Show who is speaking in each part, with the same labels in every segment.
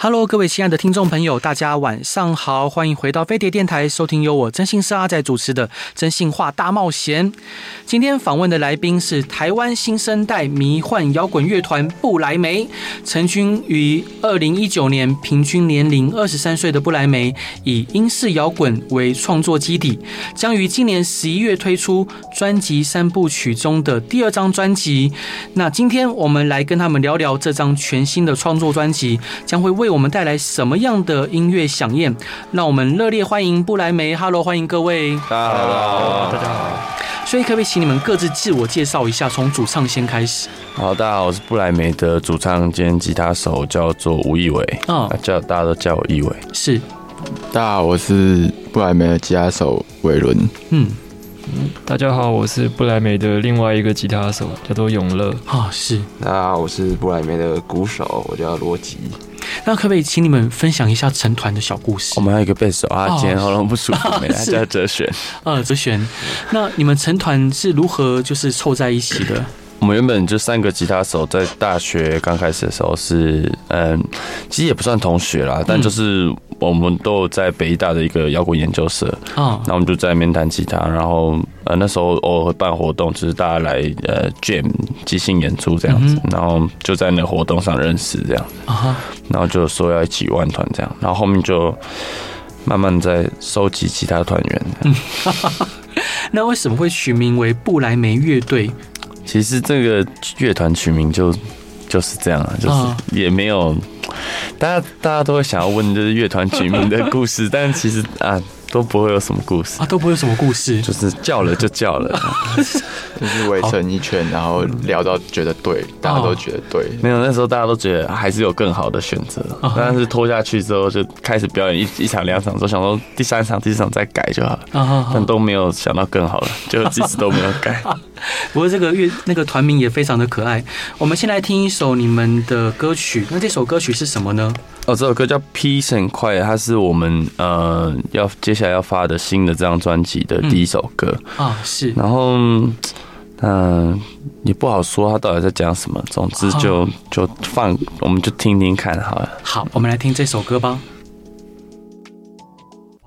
Speaker 1: Hello，各位亲爱的听众朋友，大家晚上好，欢迎回到飞碟电台，收听由我真心是阿仔主持的《真心话大冒险》。今天访问的来宾是台湾新生代迷幻摇滚乐团布莱梅，成军于二零一九年，平均年龄二十三岁的布莱梅，以英式摇滚为创作基底，将于今年十一月推出专辑三部曲中的第二张专辑。那今天我们来跟他们聊聊这张全新的创作专辑将会为我们带来什么样的音乐响宴。让我们热烈欢迎布莱梅，Hello，欢迎各位。
Speaker 2: 大家好，大家
Speaker 1: 所以可不可以请你们各自自我介绍一下，从主唱先开始？
Speaker 2: 好，好，大家好，我是布莱梅的主唱兼吉他手，叫做吴义伟，
Speaker 1: 嗯
Speaker 2: 啊，叫大家都叫我义伟。
Speaker 1: 是，
Speaker 3: 大家好，我是布莱梅的吉他手伟伦。
Speaker 1: 嗯，
Speaker 4: 大家好，我是布莱梅的另外一个吉他手，叫做永乐。
Speaker 1: 啊、是。
Speaker 5: 大家好，我是布莱梅的鼓手，我叫罗吉。
Speaker 1: 那可不可以请你们分享一下成团的小故事
Speaker 2: 我？们还有一个贝斯手，啊他今天喉咙不舒服， 没来，他
Speaker 1: 是
Speaker 2: 叫哲璇。
Speaker 1: 呃，哲璇，那你们成团是如何就是凑在一起的？
Speaker 2: 我们原本就三个吉他手，在大学刚开始的时候是，嗯，其实也不算同学啦，但就是我们都有在北艺大的一个摇滚研究社，
Speaker 1: 啊、
Speaker 2: 那我们就在那边弹吉他，然后呃那时候偶尔会办活动，就是大家来呃 jam 即兴演出这样子，然后就在那活动上认识这样。
Speaker 1: 啊哈，
Speaker 2: 然后就说要一起玩团这样，然后后面就慢慢在收集其他团员。
Speaker 1: 那为什么会取名为布莱梅乐队？
Speaker 2: 其实这个乐团取名就就是这样啊，
Speaker 1: 嗯
Speaker 2: 就是也没有，大家大家都会想要问就是乐团取名的故事，但其实啊都不会有什么故事
Speaker 1: 啊，，都不会有什么故事
Speaker 2: 就是叫了就叫了。
Speaker 3: 就是围成一圈，然后聊到觉得
Speaker 1: 哦
Speaker 3: 对，大家都觉得对。
Speaker 2: 没有，那时候大家都觉得还是有更好的选择，但是拖下去之后就开始表演一一场两场之后，想说第三场第四场再改就好了，
Speaker 1: 啊哈 哈。
Speaker 2: 但都没有想到更好了，就一直都没有改。
Speaker 1: 不过这个乐那个团名也非常的可爱。我们先来听一首你们的歌曲，那这首歌曲是什么呢？
Speaker 2: 哦，这首歌叫《Peace and Quiet》，它是我们呃要接下来要发的新的这张专辑的第一首歌。
Speaker 1: 啊，是
Speaker 2: 然后，嗯、呃也不好说它到底在讲什么。总之就、就放，我们就听听看好了。
Speaker 1: 好，我们来听这首歌吧。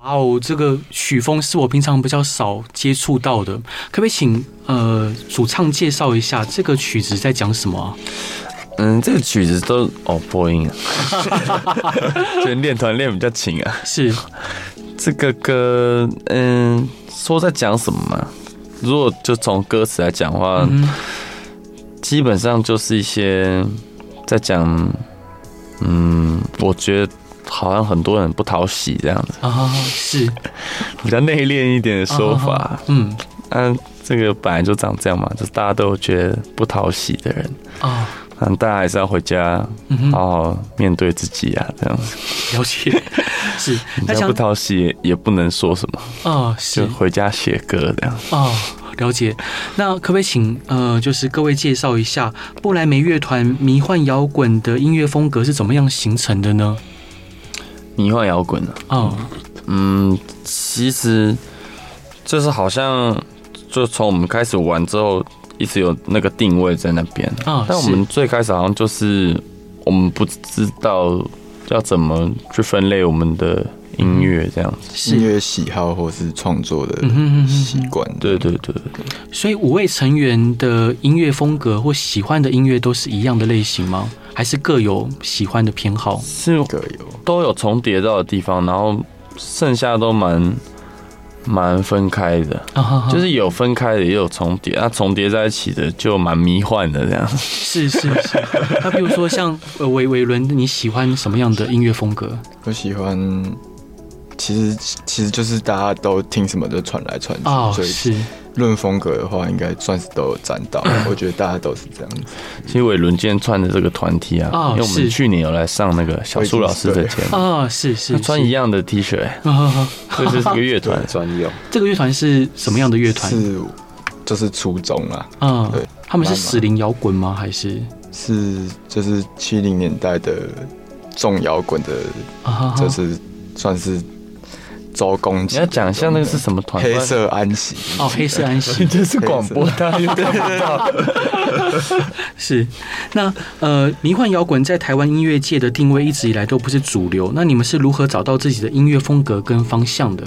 Speaker 1: 哇哦，这个曲风是我平常比较少接触到的，可不可以请呃主唱介绍一下这个曲子在讲什么、啊？
Speaker 2: 嗯，这个曲子都哦破音 啊，就练团练比较勤啊。
Speaker 1: 是
Speaker 2: 这个歌，嗯，说在讲什么嘛？如果就从歌词来讲的话，
Speaker 1: 嗯哼
Speaker 2: 基本上就是一些在讲，嗯，我觉得好像很多人不讨喜这样子，
Speaker 1: 啊，是
Speaker 2: 比较内敛一点的说法。
Speaker 1: 嗯
Speaker 2: 嗯、这个本来就长这样嘛，就是大家都觉得不讨喜的人，
Speaker 1: 啊，
Speaker 2: 嗯，大家还是要回家
Speaker 1: 嗯哼，
Speaker 2: 好好面对自己啊，这样子。
Speaker 1: 了解， 是那
Speaker 2: 人家
Speaker 1: 像
Speaker 2: 不讨喜也也不能说什么，
Speaker 1: 啊是
Speaker 2: 就回家写歌这样。
Speaker 1: 哦，了解。那可不可以请呃，就是各位介绍一下布莱梅乐团迷幻摇滚的音乐风格是怎么样形成的呢？
Speaker 2: 迷幻摇滚啊，
Speaker 1: 哦，
Speaker 2: 嗯，其实就是好像就从我们开始玩之后，一直有那个定位在那边。
Speaker 1: 啊
Speaker 2: 但我们最开始好像就是我们不知道要怎么去分类我们的音乐这样子。
Speaker 1: 是
Speaker 3: 音乐喜好或是创作的
Speaker 1: 嗯哼嗯哼嗯哼
Speaker 3: 习惯，
Speaker 2: 对对对，
Speaker 1: 所以五位成员的音乐风格或喜欢的音乐都是一样的类型吗？还是各有喜欢的偏好？
Speaker 2: 是
Speaker 3: 各有
Speaker 2: 都有重叠到的地方，然后剩下都蛮蛮分开的，
Speaker 1: 啊哈哈
Speaker 2: 就是有分开的，也有重叠，那、重叠在一起的就蛮迷幻的这样。
Speaker 1: 是是是。 那比如说像呃韦韦伦，你喜欢什么样的音乐风格？
Speaker 3: 我喜欢。其实其实就是大家都听什么就传来传去，
Speaker 1: 哦，
Speaker 3: 所以
Speaker 1: 是
Speaker 3: 论风格的话，应该算是都有沾 到。我觉得大家都是这样子。
Speaker 2: 其实伟伦今天穿的这个团体啊，
Speaker 1: 哦
Speaker 2: 因为我
Speaker 1: 是
Speaker 2: 们去年有来上那个小苏老师的节目，
Speaker 1: 啊，是是
Speaker 2: 他穿一样的 T 恤、欸，
Speaker 1: 是啊啊啊
Speaker 2: 这就是一个乐团
Speaker 5: 很。专用，
Speaker 1: 这个乐团是什么样的乐团？
Speaker 3: 是就是初中啦，
Speaker 1: 啊
Speaker 3: 对，
Speaker 1: 他们是
Speaker 3: 慢慢
Speaker 1: 死灵摇滚吗？还是
Speaker 3: 是就是七零年代的重摇滚的，
Speaker 1: 啊哈哈
Speaker 3: 就是算是周公。
Speaker 2: 你要讲一下那个是什么团？
Speaker 3: 黑色安息
Speaker 1: 哦，黑色安 息
Speaker 2: 这是广播大家看不到。
Speaker 1: 是。那呃，迷幻摇滚在台湾音乐界的定位一直以来都不是主流，那你们是如何找到自己的音乐风格跟方向的？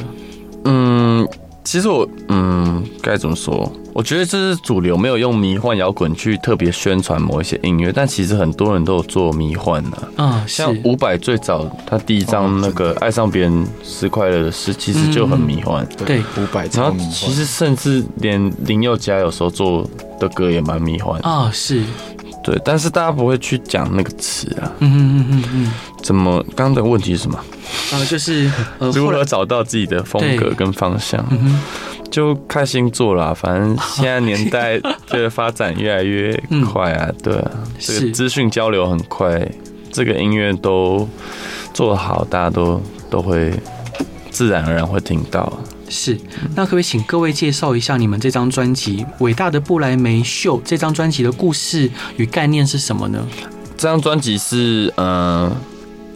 Speaker 2: 嗯，其实我嗯该怎么说？我觉得这是主流没有用迷幻摇滚去特别宣传某一些音乐，但其实很多人都有做迷幻呢、
Speaker 1: 啊，是
Speaker 2: 像伍佰最早他第一
Speaker 3: 哦
Speaker 2: 张那个《爱上别人是快乐的事》，其实就
Speaker 1: 嗯
Speaker 2: 很迷幻。
Speaker 1: 对
Speaker 3: 五百
Speaker 2: 然
Speaker 3: 超
Speaker 2: 后
Speaker 3: 迷幻
Speaker 2: 其实甚至连林宥嘉有时候做的歌也蛮迷幻的，
Speaker 1: 啊，是，
Speaker 2: 对，但是大家不会去讲那个词啊。
Speaker 1: 嗯嗯嗯嗯
Speaker 2: 怎么？刚刚的问题是什么？
Speaker 1: 嗯，啊，就是呃，
Speaker 2: 如
Speaker 1: 后来
Speaker 2: 何找到自己的风格
Speaker 1: 对
Speaker 2: 跟方向？
Speaker 1: 嗯哼
Speaker 2: 就开心做啦，反 正现在年代的发展越来越快啊，对啊，这
Speaker 1: 是
Speaker 2: 个资讯交流很快，这个音乐都做得好，大家都都会自然而然会听到。
Speaker 1: 是，那可不可以请各位介绍一下你们这张专辑《伟大的布莱梅秀》这张专辑的故事与概念是什么呢？
Speaker 2: 这张专辑是嗯。呃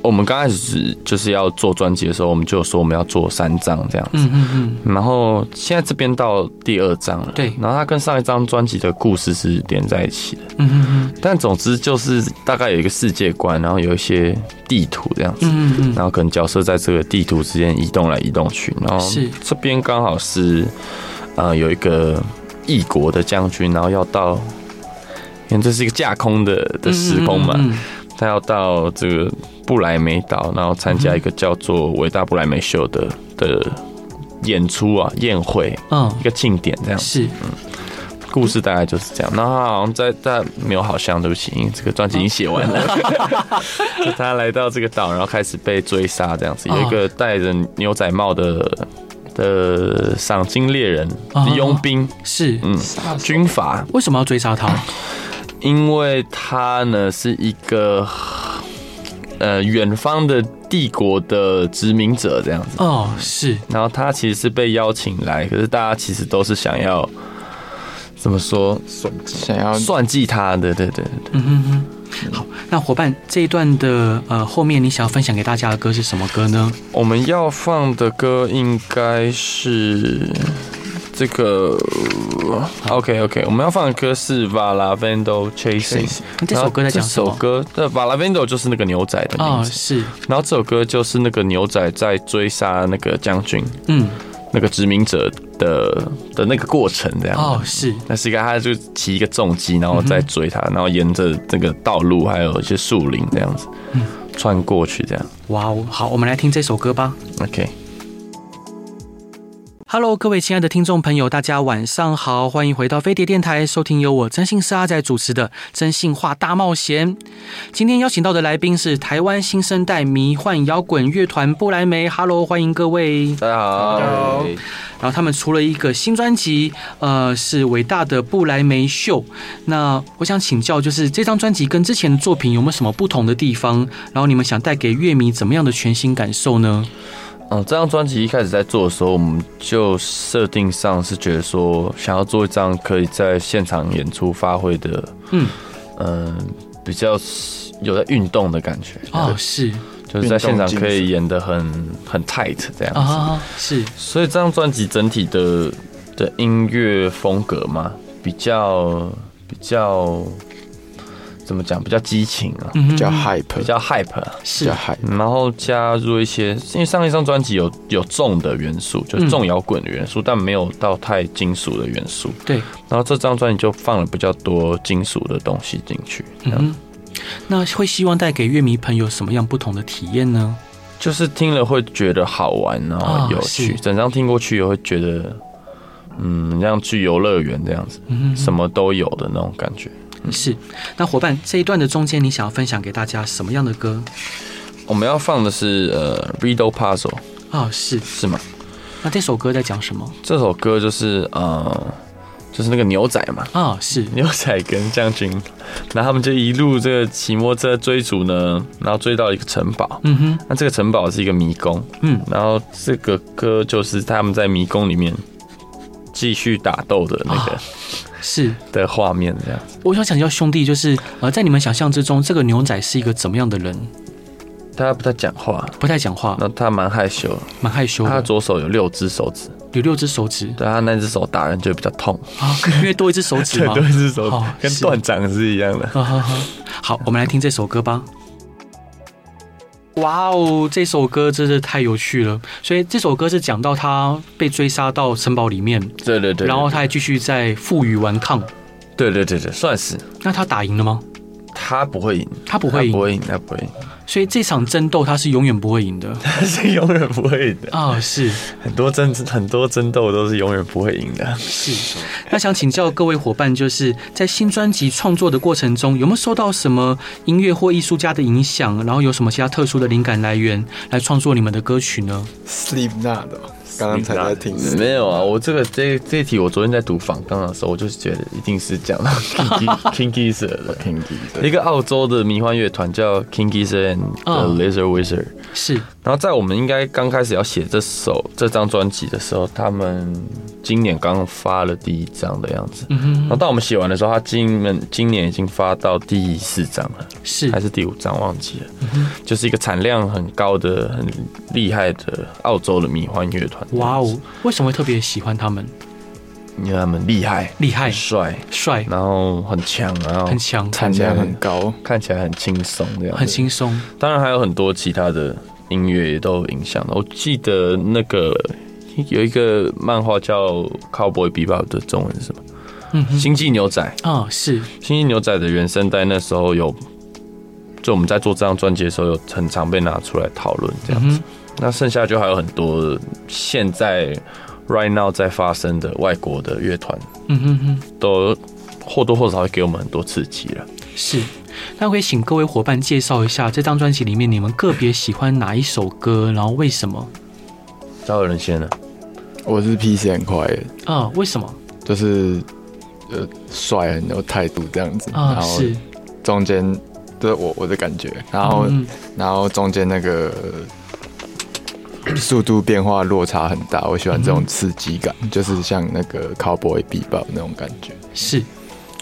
Speaker 2: 我们刚开始就是要做专辑的时候，我们就有说我们要做三张这样子，
Speaker 1: 嗯嗯嗯，
Speaker 2: 然后现在这边到第二张了，
Speaker 1: 对
Speaker 2: 然后它跟上一张专辑的故事是连在一起的。
Speaker 1: 嗯嗯
Speaker 2: 但总之就是大概有一个世界观，然后有一些地图这样子，
Speaker 1: 嗯嗯嗯，
Speaker 2: 然后可能角色在这个地图之间移动来移动去，然后
Speaker 1: 是
Speaker 2: 这边刚好是呃有一个异国的将军，然后要到，因为这是一个架空的的时空嘛，
Speaker 1: 嗯嗯嗯
Speaker 2: 他要到这个布莱梅岛，然后参加一个叫做伟大布莱梅秀的的演出啊宴会
Speaker 1: 嗯
Speaker 2: 一个庆典这样子。
Speaker 1: 是
Speaker 2: 故事大概就是这样。那他好像在在没有好像，对不起，因为这个专辑已经写完了。 就他来到这个岛，然后开始被追杀，这样子。
Speaker 1: 哦
Speaker 2: 有一个戴着牛仔帽的的赏金猎人
Speaker 1: 哦
Speaker 2: 佣兵，
Speaker 1: 是，
Speaker 2: 嗯，军阀，
Speaker 1: 为什么要追杀他？
Speaker 2: 因为他呢是一个呃远方的帝国的殖民者这样子。
Speaker 1: 哦，是
Speaker 2: 然后他其实是被邀请来，可是大家其实都是想要怎么说？
Speaker 3: 想要
Speaker 2: 算计他的，对对对。
Speaker 1: 嗯嗯嗯。好，那伙伴这一段的呃后面你想要分享给大家的歌是什么歌呢？
Speaker 2: 我们要放的歌应该是这个，OK OK，我们要放的歌是 Valavendo Chasing。
Speaker 1: 那这首歌在讲什
Speaker 2: 然哦
Speaker 1: 么？
Speaker 2: 后这首歌，对 Valavendo 就是那个牛仔的
Speaker 1: 哦，
Speaker 2: 名字，
Speaker 1: 是，
Speaker 2: 然后这首歌就是那个牛仔在追杀那个将军、
Speaker 1: 嗯，
Speaker 2: 那个殖民者的的那个过程，这样。
Speaker 1: 哦，是，
Speaker 2: 那是一个，他就骑一个重机，然后再追他，然后沿着这个道路还有一些树林这样子，
Speaker 1: 嗯
Speaker 2: 穿过去这样。
Speaker 1: 哇哦，好，我们来听这首歌吧。
Speaker 2: OK。
Speaker 1: Hello，各位亲爱的听众朋友，大家晚上好，欢迎回到飞碟电台，收听由我真心是阿仔主持的《真心话大冒险》。今天邀请到的来宾是台湾新生代迷幻摇滚乐团布莱梅。Hello，欢迎各位。
Speaker 2: 大家好，
Speaker 1: 嗯然后他们出了一个新专辑，呃，是伟大的布莱梅秀。那我想请教，就是这张专辑跟之前的作品有没有什么不同的地方？然后你们想带给乐迷怎么样的全新感受呢？
Speaker 2: 嗯，这张专辑一开始在做的时候，我们就设定上是觉得说，想要做一张可以在现场演出发挥的，
Speaker 1: 嗯，
Speaker 2: 嗯、比较有在运动的感觉，
Speaker 3: 啊
Speaker 1: 哦，是
Speaker 2: 就是在现场可
Speaker 3: 运动精
Speaker 2: 以演得很很 tight 这样子。
Speaker 1: 啊，是
Speaker 2: 所以这张专辑整体的的音乐风格嘛，比较比较怎么讲，比较激情啊，
Speaker 1: 嗯哼
Speaker 3: 比较 hype，
Speaker 2: 比较 hype 啊。
Speaker 3: 比
Speaker 1: 是
Speaker 3: 较 hype，
Speaker 2: 然后加入一些，因为上一张专辑有有重的元素，就是重摇滚的元素，但没有到太金属的元素。
Speaker 1: 对，
Speaker 2: 然后这张专辑就放了比较多金属的东西进去，
Speaker 1: 嗯
Speaker 2: 这样
Speaker 1: 哼，那会希望带给乐迷朋友什么样不同的体验呢？
Speaker 2: 就是听了会觉得好玩，然后有趣，
Speaker 1: 啊是
Speaker 2: 整张听过去也会觉得，嗯，像去游乐园这样子，
Speaker 1: 嗯
Speaker 2: 什么都有的那种感觉。
Speaker 1: 哼，是。那伙伴这一段的中间，你想要分享给大家什么样的歌？
Speaker 2: 我们要放的是呃《Riddle Puzzle》，
Speaker 1: 啊哦，是。
Speaker 2: 是吗？
Speaker 1: 那这首歌在讲什么？
Speaker 2: 这首歌就是呃，就是那个牛仔嘛，
Speaker 1: 啊、是
Speaker 2: 牛仔跟将军，然后他们就一路这个骑摩托车追逐呢，然后追到一个城堡，
Speaker 1: 嗯哼，
Speaker 2: 那这个城堡是一个迷宫，
Speaker 1: 嗯，
Speaker 2: 然后这个歌就是他们在迷宫里面继续打斗的那个、
Speaker 1: 啊是。
Speaker 2: 的画面这样。
Speaker 1: 我想请教兄弟，就是呃，在你们想象之中，这个牛仔是一个怎么样的人？
Speaker 2: 他不太讲话，
Speaker 1: 不太讲话，
Speaker 2: 那他蛮害羞的，
Speaker 1: 蛮害羞
Speaker 2: 他
Speaker 1: 的，
Speaker 2: 左手有六只手指，
Speaker 1: 有六只手指
Speaker 2: 对他那只手打人就会比较痛，
Speaker 1: 啊，因为多一只手 指嘛。
Speaker 2: 一只手
Speaker 1: 哦
Speaker 2: 跟
Speaker 1: 是
Speaker 2: 断掌是一样的。
Speaker 1: 哈哈哈，好，我们来听这首歌吧。哇哦，这首歌真是太有趣了。所以这首歌是讲到他被追杀到城堡里面，
Speaker 2: 对对对，
Speaker 1: 然后他还继续在负隅顽抗。
Speaker 2: 对对对对，算是
Speaker 1: 那他打赢了吗？
Speaker 2: 他不会赢，
Speaker 1: 他不会
Speaker 2: 他不
Speaker 1: 赢，
Speaker 2: 会赢，他不会赢，
Speaker 1: 所以这场争斗他是永远不会赢的
Speaker 2: 他 是永远不会赢的。
Speaker 1: 啊！是
Speaker 2: 很多争很多争斗都是永远不会赢的。
Speaker 1: 是。那想请教各位伙伴，就是在新专辑创作的过程中，有没有受到什么音乐或艺术家的影响？然后有什么其他特殊的灵感来源来创作你们的歌曲呢？
Speaker 3: Sleep Not 的嘛，刚刚才在听的。
Speaker 2: 没有啊，我这个这这题我昨天在读访纲的时候，我就是觉得一定是讲到 King Gizzard 的。
Speaker 3: 听的
Speaker 2: 一个澳洲的迷幻乐团叫 King Gizzard and the
Speaker 1: 嗯
Speaker 2: Laser Wizard，、
Speaker 1: 是
Speaker 2: 然后在我们应该刚开始要写这首这张专辑的时候，他们今年刚发了第一张的样子。
Speaker 1: 嗯哼
Speaker 2: 然后到我们写完的时候，他今年今年已经发到第四张了，
Speaker 1: 是
Speaker 2: 还是第五张忘记了，
Speaker 1: 嗯
Speaker 2: 就是一个产量很高的、很厉害的澳洲的迷幻乐团。
Speaker 1: 哇哦，为什么会特别喜欢他们？
Speaker 2: 因为他们厉害、
Speaker 1: 厉害
Speaker 2: 很、帅，
Speaker 1: 帅、
Speaker 2: 然后很强，然后
Speaker 1: 很强、
Speaker 2: 看
Speaker 3: 产
Speaker 2: 起来
Speaker 3: 量很
Speaker 2: 很
Speaker 3: 高，
Speaker 2: 看起来很轻松这样子。
Speaker 1: 很轻松。
Speaker 2: 当然还有很多其他的音乐也都有影响的。我记得那个有一个漫画叫《Cowboy Bebop》的中文是什么？
Speaker 1: 嗯
Speaker 2: 《
Speaker 1: 哼，
Speaker 2: 星际牛仔》。
Speaker 1: 啊、是
Speaker 2: 《星际牛仔》的原声带那时候有，就我们在做这张专辑的时候，有很常被拿出来讨论这样子。
Speaker 1: 嗯
Speaker 2: 那剩下就还有很多现在 right now 在发生的外国的乐团，
Speaker 1: 嗯哼哼，
Speaker 2: 都或多或少会给我们很多刺激了。
Speaker 1: 是。那可以请各位伙伴介绍一下这张专辑里面你们个别喜欢哪一首歌，然后为什么？
Speaker 2: 赵仁先呢？
Speaker 3: 我是 PC 很快的，
Speaker 1: 啊、为什么？
Speaker 3: 就是呃帅很有态度这样子，
Speaker 1: 啊、
Speaker 3: 然后
Speaker 1: 是，
Speaker 3: 中间这是我我的感觉，然后、
Speaker 1: 嗯
Speaker 3: 然后中间那个呃速度变化落差很大，我喜欢这种刺激感，
Speaker 5: 嗯
Speaker 3: 就是像那个 Cowboy Bebop 那种感觉。
Speaker 1: 是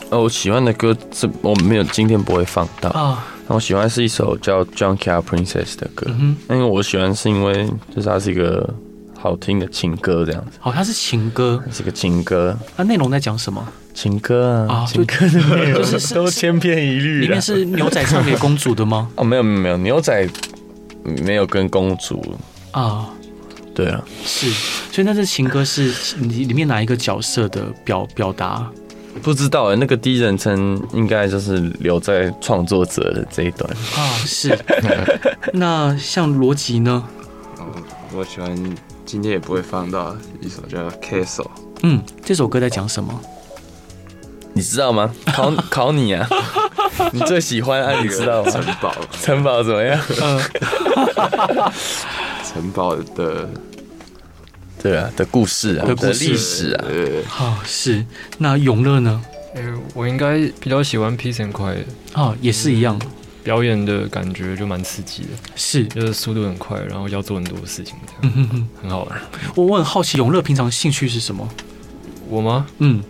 Speaker 2: 哦，我喜欢的歌这我没有今天不会放到。
Speaker 1: 啊，
Speaker 2: 那我喜欢是一首叫《Junkyard Princess》的歌，
Speaker 1: 嗯
Speaker 2: 因为我喜欢是因为就是它是一个好听的情歌这样子
Speaker 1: 哼，，好，它是情歌，
Speaker 2: 它是个情歌，
Speaker 1: 那内容在讲什么？
Speaker 2: 情歌啊，
Speaker 1: 啊
Speaker 2: 情歌的内容
Speaker 1: 就是是
Speaker 2: 都啊千篇一律
Speaker 1: 里
Speaker 2: 了
Speaker 1: 面。是牛仔唱给公主的吗？
Speaker 2: 哦，没有没有没有，牛仔没有跟公主，
Speaker 1: 啊、
Speaker 2: 对啊，
Speaker 1: 是，所以那这情歌是里里面哪一个角色的表表达？
Speaker 2: 不知道哎、那个第一人称应该就是留在创作者的这一段。
Speaker 1: 啊，是。 那像罗辑呢？
Speaker 5: 我喜欢今天也不会放到一首叫《Castle》，
Speaker 1: 嗯，这首歌在讲什么？
Speaker 2: 你知道吗？考考你啊！你最喜欢啊？你知道 吗？
Speaker 5: 城堡，
Speaker 2: 城堡怎么样？
Speaker 5: 城堡的
Speaker 2: 对啊，的故事啊，
Speaker 1: 的故
Speaker 2: 的
Speaker 1: 事
Speaker 2: 历史啊，
Speaker 5: 呃，
Speaker 1: 啊，是。那永乐呢？
Speaker 4: 哎、我应该比较喜欢 Peace and Quiet，
Speaker 1: 啊，也是一样，
Speaker 4: 表演的感觉就蛮刺激的，
Speaker 1: 是。
Speaker 4: 就是速度很快，然后要做很多事情，这样
Speaker 1: 嗯哼哼，
Speaker 4: 很好玩。
Speaker 1: 我我很好奇永乐平常兴趣是什么？
Speaker 4: 我吗？
Speaker 1: 嗯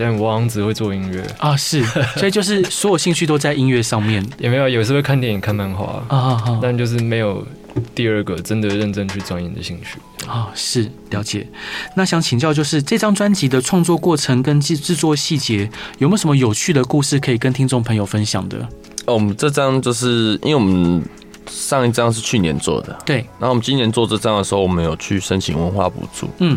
Speaker 4: 但我好像只会做音乐，
Speaker 1: 啊是， 所以就是所有兴趣都在音乐上面
Speaker 4: 也没有，有时候会看电影、看漫画，
Speaker 1: 啊啊
Speaker 4: 但就是没有第二个真的认真去钻研的兴趣。
Speaker 1: 啊啊是了解。那想请教就是这张专辑的创作过程跟制制作细节有没有什么有趣的故事可以跟听众朋友分享的？
Speaker 2: 哦，我们这张就是因为我们上一张是去年做的，
Speaker 1: 对，
Speaker 2: 然后我们今年做这张的时候，我们有去申请文化补助，
Speaker 1: 嗯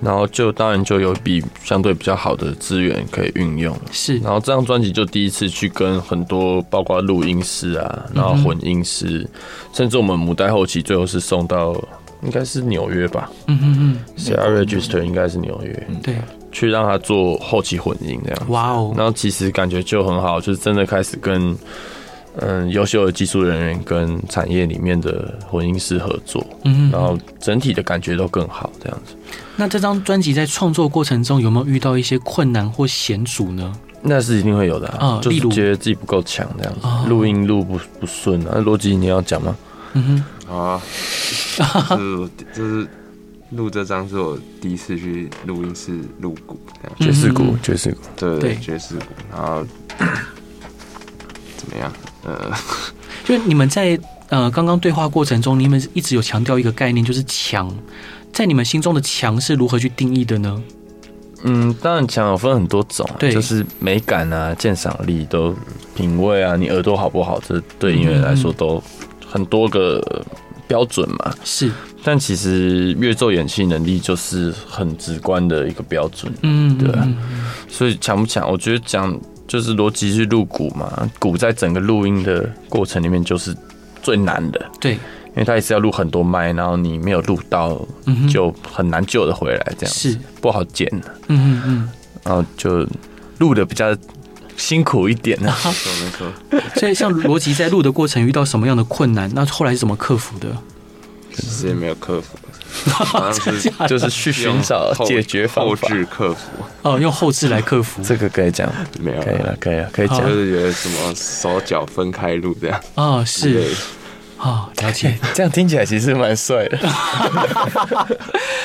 Speaker 2: 然后就当然就有一笔相对比较好的资源可以运用。
Speaker 1: 是
Speaker 2: 然后这张专辑就第一次去跟很多，包括录音师啊，然后混音师，甚至我们母带后期最后是送到应该是纽约吧
Speaker 1: 嗯嗯
Speaker 2: ，CR Register 应该是纽约，
Speaker 1: 嗯对，
Speaker 2: 去让他做后期混音这样。
Speaker 1: 哇哦
Speaker 2: 然后其实感觉就很好，就是真的开始跟嗯优秀的技术人员跟产业里面的混音师合作，
Speaker 1: 嗯
Speaker 2: 然
Speaker 1: 哼，
Speaker 2: 后整体的感觉都更好这样子。
Speaker 1: 那这张专辑在创作过程中有没有遇到一些困难或险阻呢？
Speaker 2: 那是一定会有的啊，
Speaker 1: 啊
Speaker 2: 就
Speaker 1: 例
Speaker 2: 是
Speaker 1: 如
Speaker 2: 觉得自己不够强这样
Speaker 1: 哦
Speaker 2: 子，录音录不不顺啊。那逻辑你要讲吗？
Speaker 1: 嗯
Speaker 5: 啊，这是我第这是录这张是我第一次去录音室录鼓，这样
Speaker 1: 嗯
Speaker 2: 爵士鼓
Speaker 1: 嗯，
Speaker 2: 爵士鼓，
Speaker 5: 对
Speaker 1: 对
Speaker 5: 爵士鼓，然后怎么样？ 呃，
Speaker 1: 哼，就你们在呃刚刚对话过程中，你们一直有强调一个概念，就是强，在你们心中的强是如何去定义的呢？
Speaker 2: 嗯，当然强有分很多种啊，
Speaker 1: 对
Speaker 2: 就是美感啊、鉴赏力都品味啊，你耳朵好不好，这对音乐来
Speaker 1: 嗯
Speaker 2: 说都很多个呃标准嘛。
Speaker 1: 是，
Speaker 2: 但其实乐奏演戏能力就是很直观的一个标准，
Speaker 1: 嗯，
Speaker 2: 对啊
Speaker 1: 嗯嗯
Speaker 2: 所以强不强，我觉得讲就是逻辑去录鼓嘛，鼓在整个录音的过程里面就是最难的，
Speaker 1: 对，
Speaker 2: 因为它也是要录很多麦，然后你没有录到
Speaker 1: 嗯哼，
Speaker 2: 就很难救得回来，这样
Speaker 1: 是，
Speaker 2: 不好剪，
Speaker 1: 嗯嗯嗯。
Speaker 2: 然后就录的比较辛苦一点啊呢。
Speaker 5: 没错没错，
Speaker 1: 所以像罗辑在录的过程遇到什么样的困难，那后来是怎么克服的？
Speaker 5: 其实也没有克服，好像是
Speaker 2: 就是去寻找哦解决方
Speaker 5: 后
Speaker 2: 法，
Speaker 5: 置克服，
Speaker 1: 哦，用后置来克 服。
Speaker 2: 这个可以讲，
Speaker 5: 没有
Speaker 2: 可以
Speaker 5: 啊，
Speaker 2: 了，可以了，可以讲
Speaker 1: 好
Speaker 5: 就。是觉得什么手脚分开录这样，
Speaker 1: 哦，
Speaker 5: 对
Speaker 1: 是，哦，了 解。
Speaker 2: 这样听起来其实蛮帅的。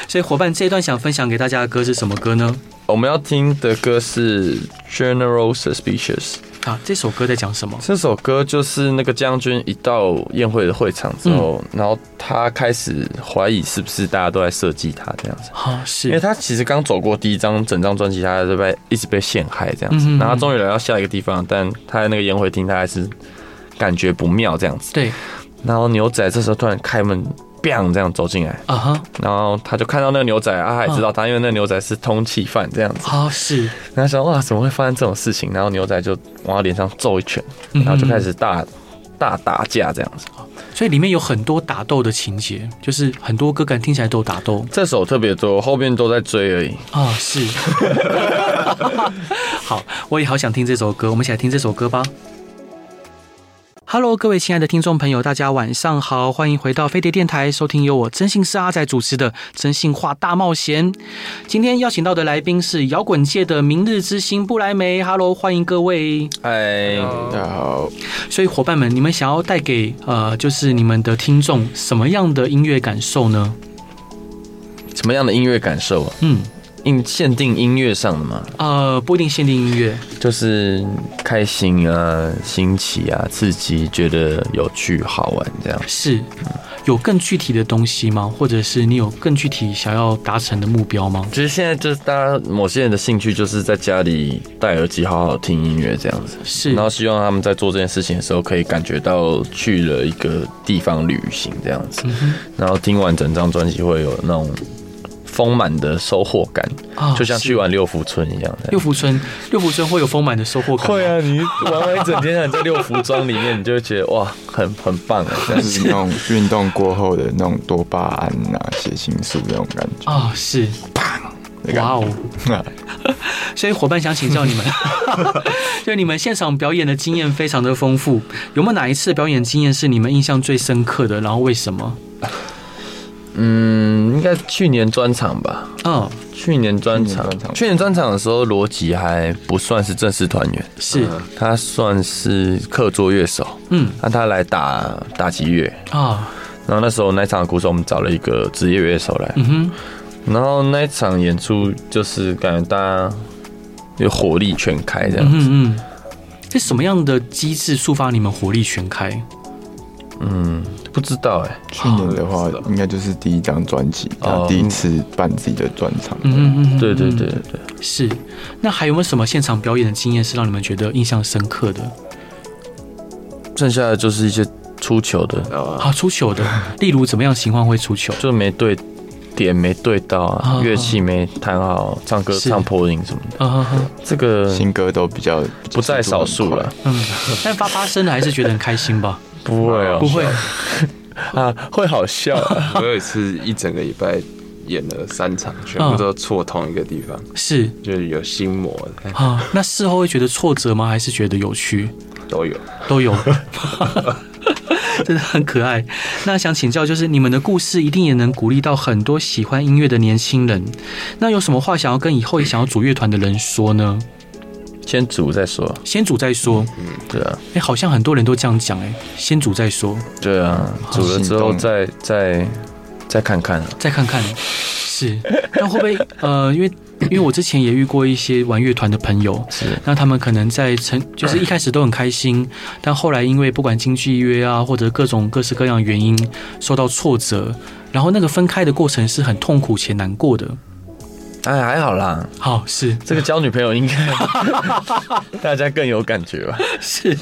Speaker 1: 所以伙伴这一段想分享给大家的歌是什么歌呢？
Speaker 2: 我们要听的歌是《General Suspicious》，
Speaker 1: 啊，这首歌在讲什么？
Speaker 2: 这首歌就是那个将军一到宴会的会场之后，
Speaker 1: 嗯
Speaker 2: 然后他开始怀疑是不是大家都在设计他这样子。
Speaker 1: 啊，是，
Speaker 2: 因为他其实刚走过第一张整张专辑，他就被一直被陷害这样子
Speaker 1: 嗯，哼
Speaker 2: 然后他终于来到下一个地方，但他在那个宴会厅，他还是感觉不妙这样子。
Speaker 1: 对，
Speaker 2: 然后牛仔这时候突然开门，bang 这样走进来，
Speaker 1: 啊哈，
Speaker 2: 然后他就看到那个牛仔，啊，他也知道
Speaker 1: 嗯
Speaker 2: 他，因为那个牛仔是通缉犯这样子。
Speaker 1: 啊是，
Speaker 2: 然后想哇，怎么会发生这种事情？然后牛仔就往他脸上揍一拳，
Speaker 1: 嗯
Speaker 2: 然后就开。始大大打架这样子。
Speaker 1: 所以里面有很多打斗的情节，就是很多歌感听起来都有打斗
Speaker 2: 这首特别多，后面都在追而已。
Speaker 1: 啊，是。 好，我也好想听这首歌，我们一起来听这首歌吧。Hello，各位亲爱的听众朋友，大家晚上好，欢迎回到飞碟电台，收听由我真心是阿仔主持的《真心话大冒险》。今天邀请到的来宾是摇滚界的明日之星布莱梅。Hello，欢迎各位。
Speaker 2: 哎，
Speaker 3: 大家好，
Speaker 1: 所以伙伴们，你们想要带给呃，就是你们的听众什么样的音乐感受呢？
Speaker 2: 什么样的音乐感受啊？
Speaker 1: 嗯，
Speaker 2: 应限定音乐上的嘛，
Speaker 1: 呃，不一定限定音乐，
Speaker 2: 就是开心啊、新奇啊、刺激，觉得有趣、好玩这样。
Speaker 1: 是有更具体的东西吗？或者是你有更具体想要达成的目标吗？
Speaker 2: 其实现在就是大家某些人的兴趣就是在家里戴耳机好好听音乐这样子，
Speaker 1: 是
Speaker 2: 然后希望他们在做这件事情的时候可以感觉到去了一个地方旅行这样子，然后听完整张专辑会有那种丰满的收获感，
Speaker 1: 啊
Speaker 2: 就像
Speaker 1: 是
Speaker 2: 去完六福村一样。
Speaker 1: 六福村，六福村会有丰满的收获感吗。
Speaker 2: 会啊，你玩完一整天，你在六福庄里面，你就会觉得哇，很很棒啊！这样
Speaker 3: 就
Speaker 2: 子
Speaker 3: 是那种运动过后的那种多巴胺啊、血清素那种感
Speaker 2: 哦
Speaker 3: 觉。
Speaker 1: 啊，是，
Speaker 3: 那
Speaker 1: 哇哦！
Speaker 3: 个
Speaker 1: 所以伙伴想请教你们， 就你们现场表演的经验非常的丰富，有没有哪一次表演经验是你们印象最深刻的？然后为什么？
Speaker 2: 嗯，应该去年专场吧。
Speaker 1: 嗯，
Speaker 2: 去年专场
Speaker 3: 去年专，场
Speaker 2: 去年专场的时候，罗辑还不算是正式团员，
Speaker 1: 是，
Speaker 2: 他算是客座乐手。
Speaker 1: 嗯
Speaker 2: 那他来打打击乐，
Speaker 1: 啊，
Speaker 2: 然后那时候那一场的鼓手，我们找了一个职业乐手来，
Speaker 1: 嗯哼，
Speaker 2: 然后那一场演出就是感觉大家有火力全开
Speaker 1: 嗯
Speaker 2: 这样子。
Speaker 1: 哼嗯。是什么样的机制触发你们火力全开？
Speaker 2: 嗯，不知道哎、
Speaker 1: 嗯
Speaker 3: 去年的话，应该就是第一张专辑，
Speaker 2: 哦
Speaker 3: 然后第一次办自己的专场。
Speaker 1: 嗯哼嗯哼，
Speaker 2: 对对
Speaker 1: 嗯
Speaker 2: 对对对。
Speaker 1: 是，那还有没有什么现场表演的经验是让你们觉得印象深刻的？
Speaker 2: 剩下的就是一些出糗的，
Speaker 5: 呃，
Speaker 1: 啊，出糗的， 例如怎么样情况会出糗？
Speaker 2: 就没对点没对到啊
Speaker 1: 啊，
Speaker 2: 乐器没弹好，唱歌
Speaker 1: 是
Speaker 2: 唱破音什么的，
Speaker 1: 啊哈哈，
Speaker 2: 这个
Speaker 3: 新歌都比较
Speaker 2: 不在少数了。。
Speaker 1: 嗯，但发发声的还是觉得很开心吧？
Speaker 2: 不会
Speaker 1: 不
Speaker 2: 哦，
Speaker 1: 会，
Speaker 2: 啊，会好笑啊。
Speaker 5: 我有一次一整个礼拜演了三场，全
Speaker 2: 嗯
Speaker 5: 部都错同一个地方，
Speaker 1: 是
Speaker 5: 就是有心魔的，哎
Speaker 1: 啊。那事后会觉得挫折吗？还是觉得有趣？
Speaker 5: 都有。
Speaker 1: 都有， 真的很可爱。那想请教，就是你们的故事一定也能鼓励到很多喜欢音乐的年轻人。那有什么话想要跟以后也想要组乐团的人说呢？
Speaker 2: 先煮再说。
Speaker 1: 先组再说。
Speaker 2: 对啊，
Speaker 1: 哎、好像很多人都这样讲，哎，先组再说，
Speaker 2: 对啊，煮了之后
Speaker 3: 行动
Speaker 2: 再再再看看啊。
Speaker 1: 再看看。是，那会不会呃，因为因为我之前也遇过一些玩乐团的朋友，
Speaker 2: 是
Speaker 1: 那他们可能在成，就是一开始都很开心，但后来因为不管经济约啊，或者各种各式各样的原因，受到挫折，然后那个分开的过程是很痛苦且难过的。
Speaker 2: 哎，还好啦，
Speaker 1: 好，是
Speaker 2: 这个交女朋友 应该大家更有感觉吧？
Speaker 1: 是，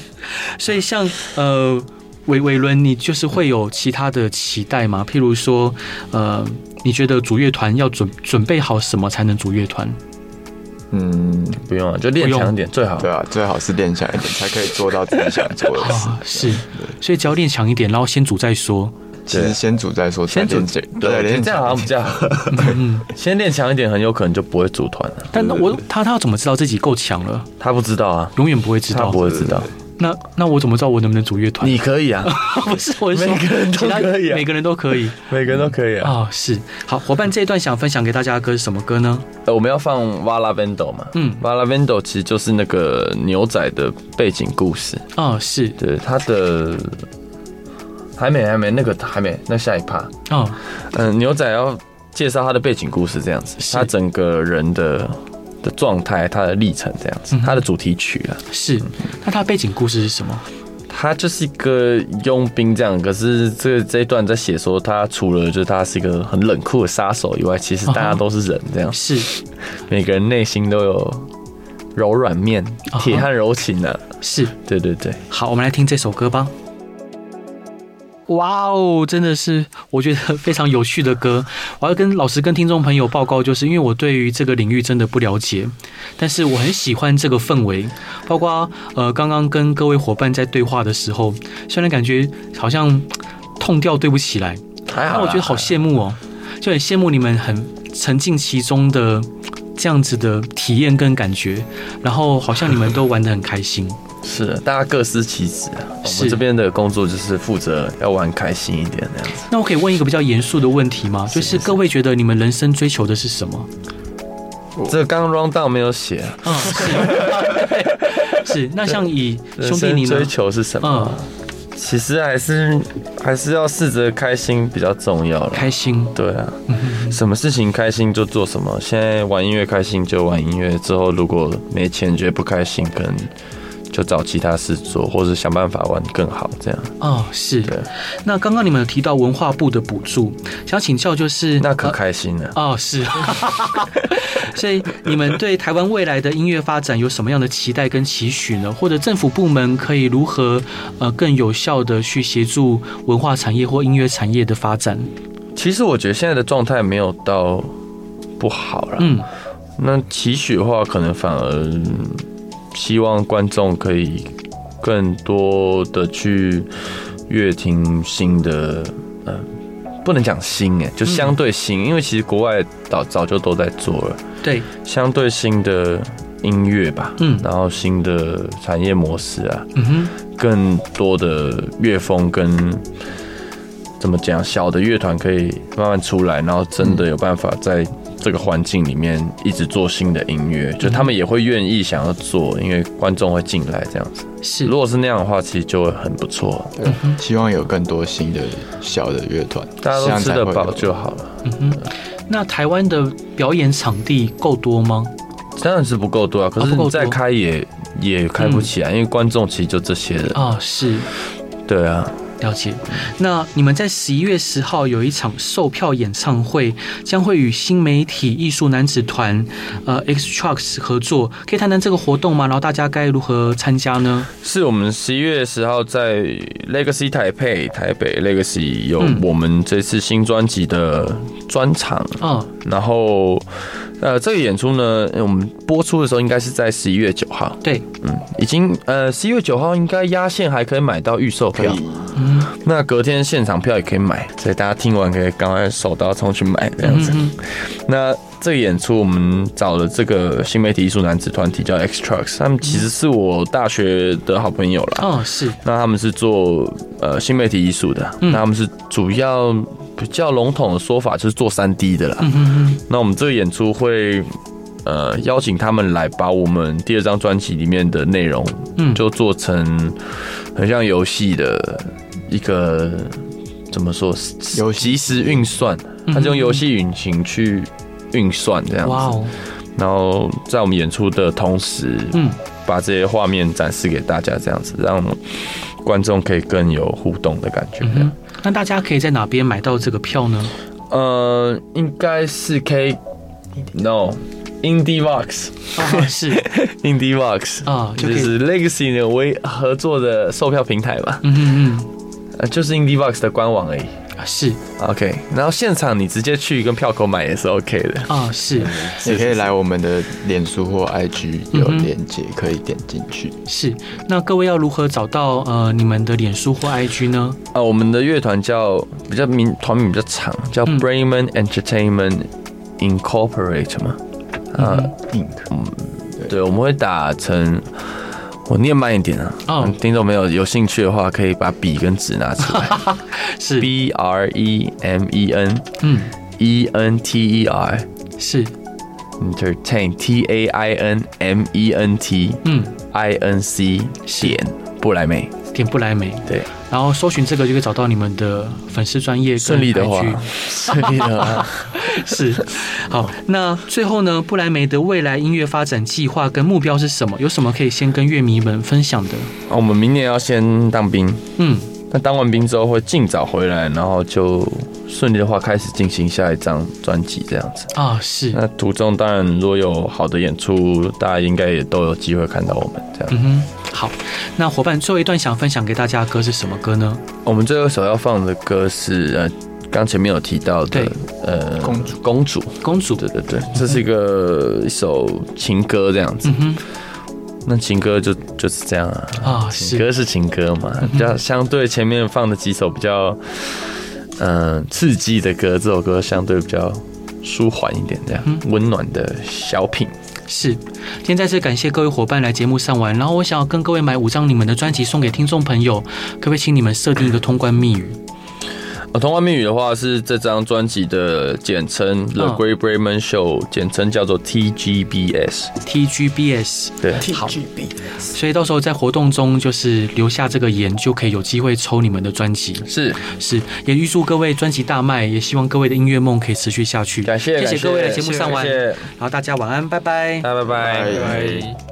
Speaker 1: 所以像呃，伟伟伦，你就是会有其他的期待吗？譬如说，呃，你觉得组乐团要准准备好什么才能组乐团？
Speaker 3: 嗯，
Speaker 2: 不用啊，就练强一点最好。
Speaker 3: 对啊，最好是练起来一点，才可以做到自己想做的 事
Speaker 2: 哦
Speaker 1: 啊，。是，所以只要练强一点，然后先组再说。
Speaker 3: 其实先煮再说，
Speaker 2: 先
Speaker 3: 才
Speaker 2: 煮
Speaker 3: 练起
Speaker 2: 对，我觉得
Speaker 3: 练
Speaker 2: 这样好像比较好。
Speaker 1: 嗯，
Speaker 2: 先练强一点，很有可能就不会组团了。
Speaker 1: 但那我他他要怎么知道自己够强了？
Speaker 2: 他不知道啊，
Speaker 1: 永远不会知
Speaker 2: 他
Speaker 1: 道
Speaker 2: 不。会知道。
Speaker 1: 那那我怎么知道我能不能组乐团？
Speaker 2: 你可以 啊，
Speaker 1: 不是我是说
Speaker 2: 每个人都
Speaker 1: 其他
Speaker 2: 可以啊
Speaker 1: 每个人都可 以
Speaker 2: 每个人都可以啊。
Speaker 1: 哦。是好伙伴，这一段想分享给大家的歌是什么歌呢？
Speaker 2: 呃我们要放《瓦拉 Vendo》嘛，
Speaker 1: 嗯
Speaker 2: 嗯，《瓦拉 Vendo》其实就是那个牛仔的背景故事。
Speaker 1: 哦，是
Speaker 2: 对，他的还没还没那个还没，那下一趴。
Speaker 1: 哦，
Speaker 2: 嗯，牛仔要介绍他的背景故事这样子，
Speaker 1: 是
Speaker 2: 他整个人的的状态，他的历程这样子
Speaker 1: 嗯，哼
Speaker 2: 他的主题曲啊，
Speaker 1: 是。那它的背景故事是什么？
Speaker 2: 他就是一个佣兵这样。可是这这一段在写说，他除了就是他是一个很冷酷的杀手以外，其实大
Speaker 1: 啊
Speaker 2: 家
Speaker 1: 哈
Speaker 2: 都是人这样，
Speaker 1: 是
Speaker 2: 每个人内心都有柔软面
Speaker 1: 啊哈，
Speaker 2: 铁汉柔情啊。
Speaker 1: 是。
Speaker 2: 对对对，
Speaker 1: 好，我们来听这首歌吧。哇哦，真的是我觉得非常有趣的歌。我要跟老师、跟听众朋友报告，就是因为我对于这个领域真的不了解，但是我很喜欢这个氛围。包括呃，刚刚跟各位伙伴在对话的时候，虽然感觉好像嗯痛调对不起来，
Speaker 2: 还
Speaker 1: 但
Speaker 2: 好啦。
Speaker 1: 我觉得好羡慕哦，就很羡慕你们很沉浸其中的这样子的体验跟感觉，然后好像你们都玩得很开心。
Speaker 2: 是，大家各司其职啊。我
Speaker 1: 是
Speaker 2: 们这边的工作就是负责要玩开心一点那样子。
Speaker 1: 那我可以问一个比较严肃的问题吗？就是各位觉得你们人生追求的是什么？
Speaker 2: 这个刚刚 round down 没有写啊，
Speaker 1: 嗯， 是是。那像以兄弟你
Speaker 2: 人生
Speaker 1: 呢
Speaker 2: 追？求是什么
Speaker 1: 嗯？，
Speaker 2: 其实还是还是要试着开心比较重要了。
Speaker 1: 开心。
Speaker 2: 对啊，
Speaker 1: 嗯哼
Speaker 2: 什么事情开心就做什么。现在玩音乐开心就玩音乐，之后如果没钱觉得不开心，可能就找其他事做，或者想办法玩更好这样。
Speaker 1: 哦，是
Speaker 2: 对。
Speaker 1: 那刚刚你们有提到文化部的补助，想请教就是
Speaker 2: 那可
Speaker 1: 呃
Speaker 2: 开心了、
Speaker 1: 哦，是。 所以你们对台湾未来的音乐发展有什么样的期待跟期许呢？或者政府部门可以如何呃更有效的去协助文化产业或音乐产业的发展？
Speaker 2: 其实我觉得现在的状态没有到不好啦。
Speaker 1: 嗯，
Speaker 2: 那期许的话，可能反而嗯希望观众可以更多的去乐听新的，嗯、不能讲新哎、就相对新，因为其实国外早早就都在做了，
Speaker 1: 对，
Speaker 2: 相对新的音乐吧，
Speaker 1: 嗯
Speaker 2: 然后新的产业模式啊，
Speaker 1: 嗯哼，
Speaker 2: 更多的乐风跟。怎么讲？小的乐团可以慢慢出来，然后真的有办法在这个环境里面一直做新的音乐，就他们也会愿意想要做，因为观众会进来这样子。
Speaker 3: 嗯
Speaker 1: 是
Speaker 2: 如。果是那样的话，其实就会很不错，
Speaker 3: 对希望有更多新的小的乐团，
Speaker 2: 大家
Speaker 3: 这
Speaker 2: 都
Speaker 3: 样
Speaker 2: 吃
Speaker 3: 才
Speaker 2: 得
Speaker 3: 会
Speaker 2: 饱
Speaker 3: 有
Speaker 2: 就好了。
Speaker 1: 那台湾的表演场地够多吗？
Speaker 2: 当然是不够多啊，可
Speaker 1: 啊
Speaker 2: 是
Speaker 1: 不够多
Speaker 2: 你再开也也开不起来，
Speaker 3: 嗯
Speaker 2: 因为观众其实就这些人。
Speaker 3: 哦
Speaker 1: 啊、嗯是
Speaker 2: 对啊，
Speaker 1: 了解。那你们在十一月十号有一场售票演唱会，将会与新媒体艺术男子团呃 X Trucks 合作，可以谈谈这个活动吗？然后大家该如何参加呢？
Speaker 2: 是我们十一月十号在 Legacy 台北台北 Legacy 有
Speaker 1: 嗯
Speaker 2: 我们这次新专辑的专场。
Speaker 1: 啊、
Speaker 2: 然后呃，这个演出呢，我们播出的时候应该是在十一月九号，
Speaker 1: 对，
Speaker 2: 嗯，已经呃十一月九号应该压线还可以买到预售票，
Speaker 1: 嗯
Speaker 2: 那隔天现场票也可以买，所以大家听完可以赶快手刀冲去买这样子。
Speaker 1: 嗯
Speaker 2: 那这个演出我们找了这个新媒体艺术男子团体叫 X Trucks，他们其实是我大学的好朋友啦。
Speaker 1: 哦，是
Speaker 2: 那他们是做呃新媒体艺术的，
Speaker 1: 嗯
Speaker 2: 那他们是主要比较笼统的说法就是做三 D 的啦。
Speaker 1: 嗯嗯
Speaker 2: 那我们这个演出会呃邀请他们来把我们第二张专辑里面的内容，
Speaker 1: 嗯
Speaker 2: 就做成很像游戏的一个怎么说，
Speaker 3: 游戏
Speaker 2: 即时运算，
Speaker 1: 嗯
Speaker 2: 它是用游戏引擎去运算这样
Speaker 1: 嗯，哇
Speaker 2: 子。
Speaker 1: 哦，
Speaker 2: 然后在我们演出的同时，
Speaker 1: 嗯
Speaker 2: 把这些画面展示给大家，这样子让观众可以更有互动的感觉。
Speaker 1: 嗯
Speaker 2: 这样
Speaker 1: 哼，那大家可以在哪边买到这个票呢？
Speaker 2: 呃，应该是 K No Indie Vox
Speaker 1: 哦，是
Speaker 2: Indie Vox
Speaker 1: 啊，就
Speaker 2: 就
Speaker 1: 可以，
Speaker 2: 是 Legacy 的微合作的售票平台吧，
Speaker 1: 嗯嗯
Speaker 2: 呃，就是 Indie Vox 的官网而已。
Speaker 1: 嗯，啊是
Speaker 2: OK，然后现场你直接去跟票口买也是 OK 的。
Speaker 1: 啊是
Speaker 3: 也可以来我们的脸书或 IG 有
Speaker 1: 嗯哼
Speaker 3: 连接，可以点进去。
Speaker 1: 是。那各位要如何找到呃你们的脸书或 IG 呢？
Speaker 2: 啊，我们的乐团叫比较名团名比较长，叫
Speaker 1: 嗯
Speaker 2: Brayman Entertainment Incorporate 嘛。啊，
Speaker 3: Ink
Speaker 2: 对，我们会打成。我念慢一点啊！
Speaker 1: 哦
Speaker 2: 听众朋友有兴趣的话，可以把笔跟纸拿出来。
Speaker 1: 是
Speaker 2: B R E M E N
Speaker 1: 嗯
Speaker 2: E N T E R
Speaker 1: 是
Speaker 2: Entertain T A I N M E N T
Speaker 1: 嗯
Speaker 2: I N C
Speaker 1: 是
Speaker 2: 点布莱梅，
Speaker 1: 点不来梅，
Speaker 2: 对，
Speaker 1: 然后搜寻这个就可以找到你们的粉丝专业跟
Speaker 2: 顺利的话
Speaker 1: IG，
Speaker 2: 顺利的话，
Speaker 1: 是，好，那最后呢，布莱梅的未来音乐发展计划跟目标是什么？有什么可以先跟乐迷们分享的？
Speaker 2: 我们明年要先当兵，
Speaker 1: 嗯，
Speaker 2: 那当完兵之后会尽早回来，然后就顺利的话开始进行下一张专辑这样子。
Speaker 1: 啊，是，
Speaker 2: 那途中当然如果有好的演出，大家应该也都有机会看到我们这样。
Speaker 1: 嗯哼，好，那伙伴最后一段想分享给大家的歌是什么歌呢？
Speaker 2: 我们最后一首要放的歌是呃，刚前面有提到的
Speaker 1: 对嗯
Speaker 2: 呃
Speaker 3: 公主
Speaker 2: 公主，
Speaker 1: 公主
Speaker 2: 对，对对，这是一个一首情歌这样子。
Speaker 1: 嗯
Speaker 2: 那情歌就就是这样啊，
Speaker 1: 哼，啊，
Speaker 2: 情
Speaker 1: 是，嗯
Speaker 2: 歌是情歌嘛，比较相对前面放的几首比较嗯、呃刺激的歌，这首歌相对比较舒缓一点，
Speaker 1: 嗯
Speaker 2: 这样温暖的小品。
Speaker 1: 是，今天再次感谢各位伙伴来节目上玩，然后我想要跟各位买五张你们的专辑送给听众朋友，可不可以请你们设定一个通关密语？
Speaker 2: 呃，童话密语的话是这张专辑的简称，The
Speaker 1: 嗯
Speaker 2: Great Brayman Show，简称叫做 TGBS。
Speaker 1: TGBS，
Speaker 2: 对
Speaker 1: 好，所以到时候在活动中就是留下这个言，就可以有机会抽你们的专辑。
Speaker 2: 是，
Speaker 1: 是，也预祝各位专辑大卖，也希望各位的音乐梦可以持续下去。
Speaker 2: 感谢
Speaker 1: 谢
Speaker 2: 感
Speaker 1: 谢各位的节目上完，
Speaker 2: 谢谢
Speaker 1: 然后大大家晚安，拜拜。
Speaker 2: 大家拜拜。
Speaker 3: 拜
Speaker 2: 拜
Speaker 3: 拜
Speaker 2: 拜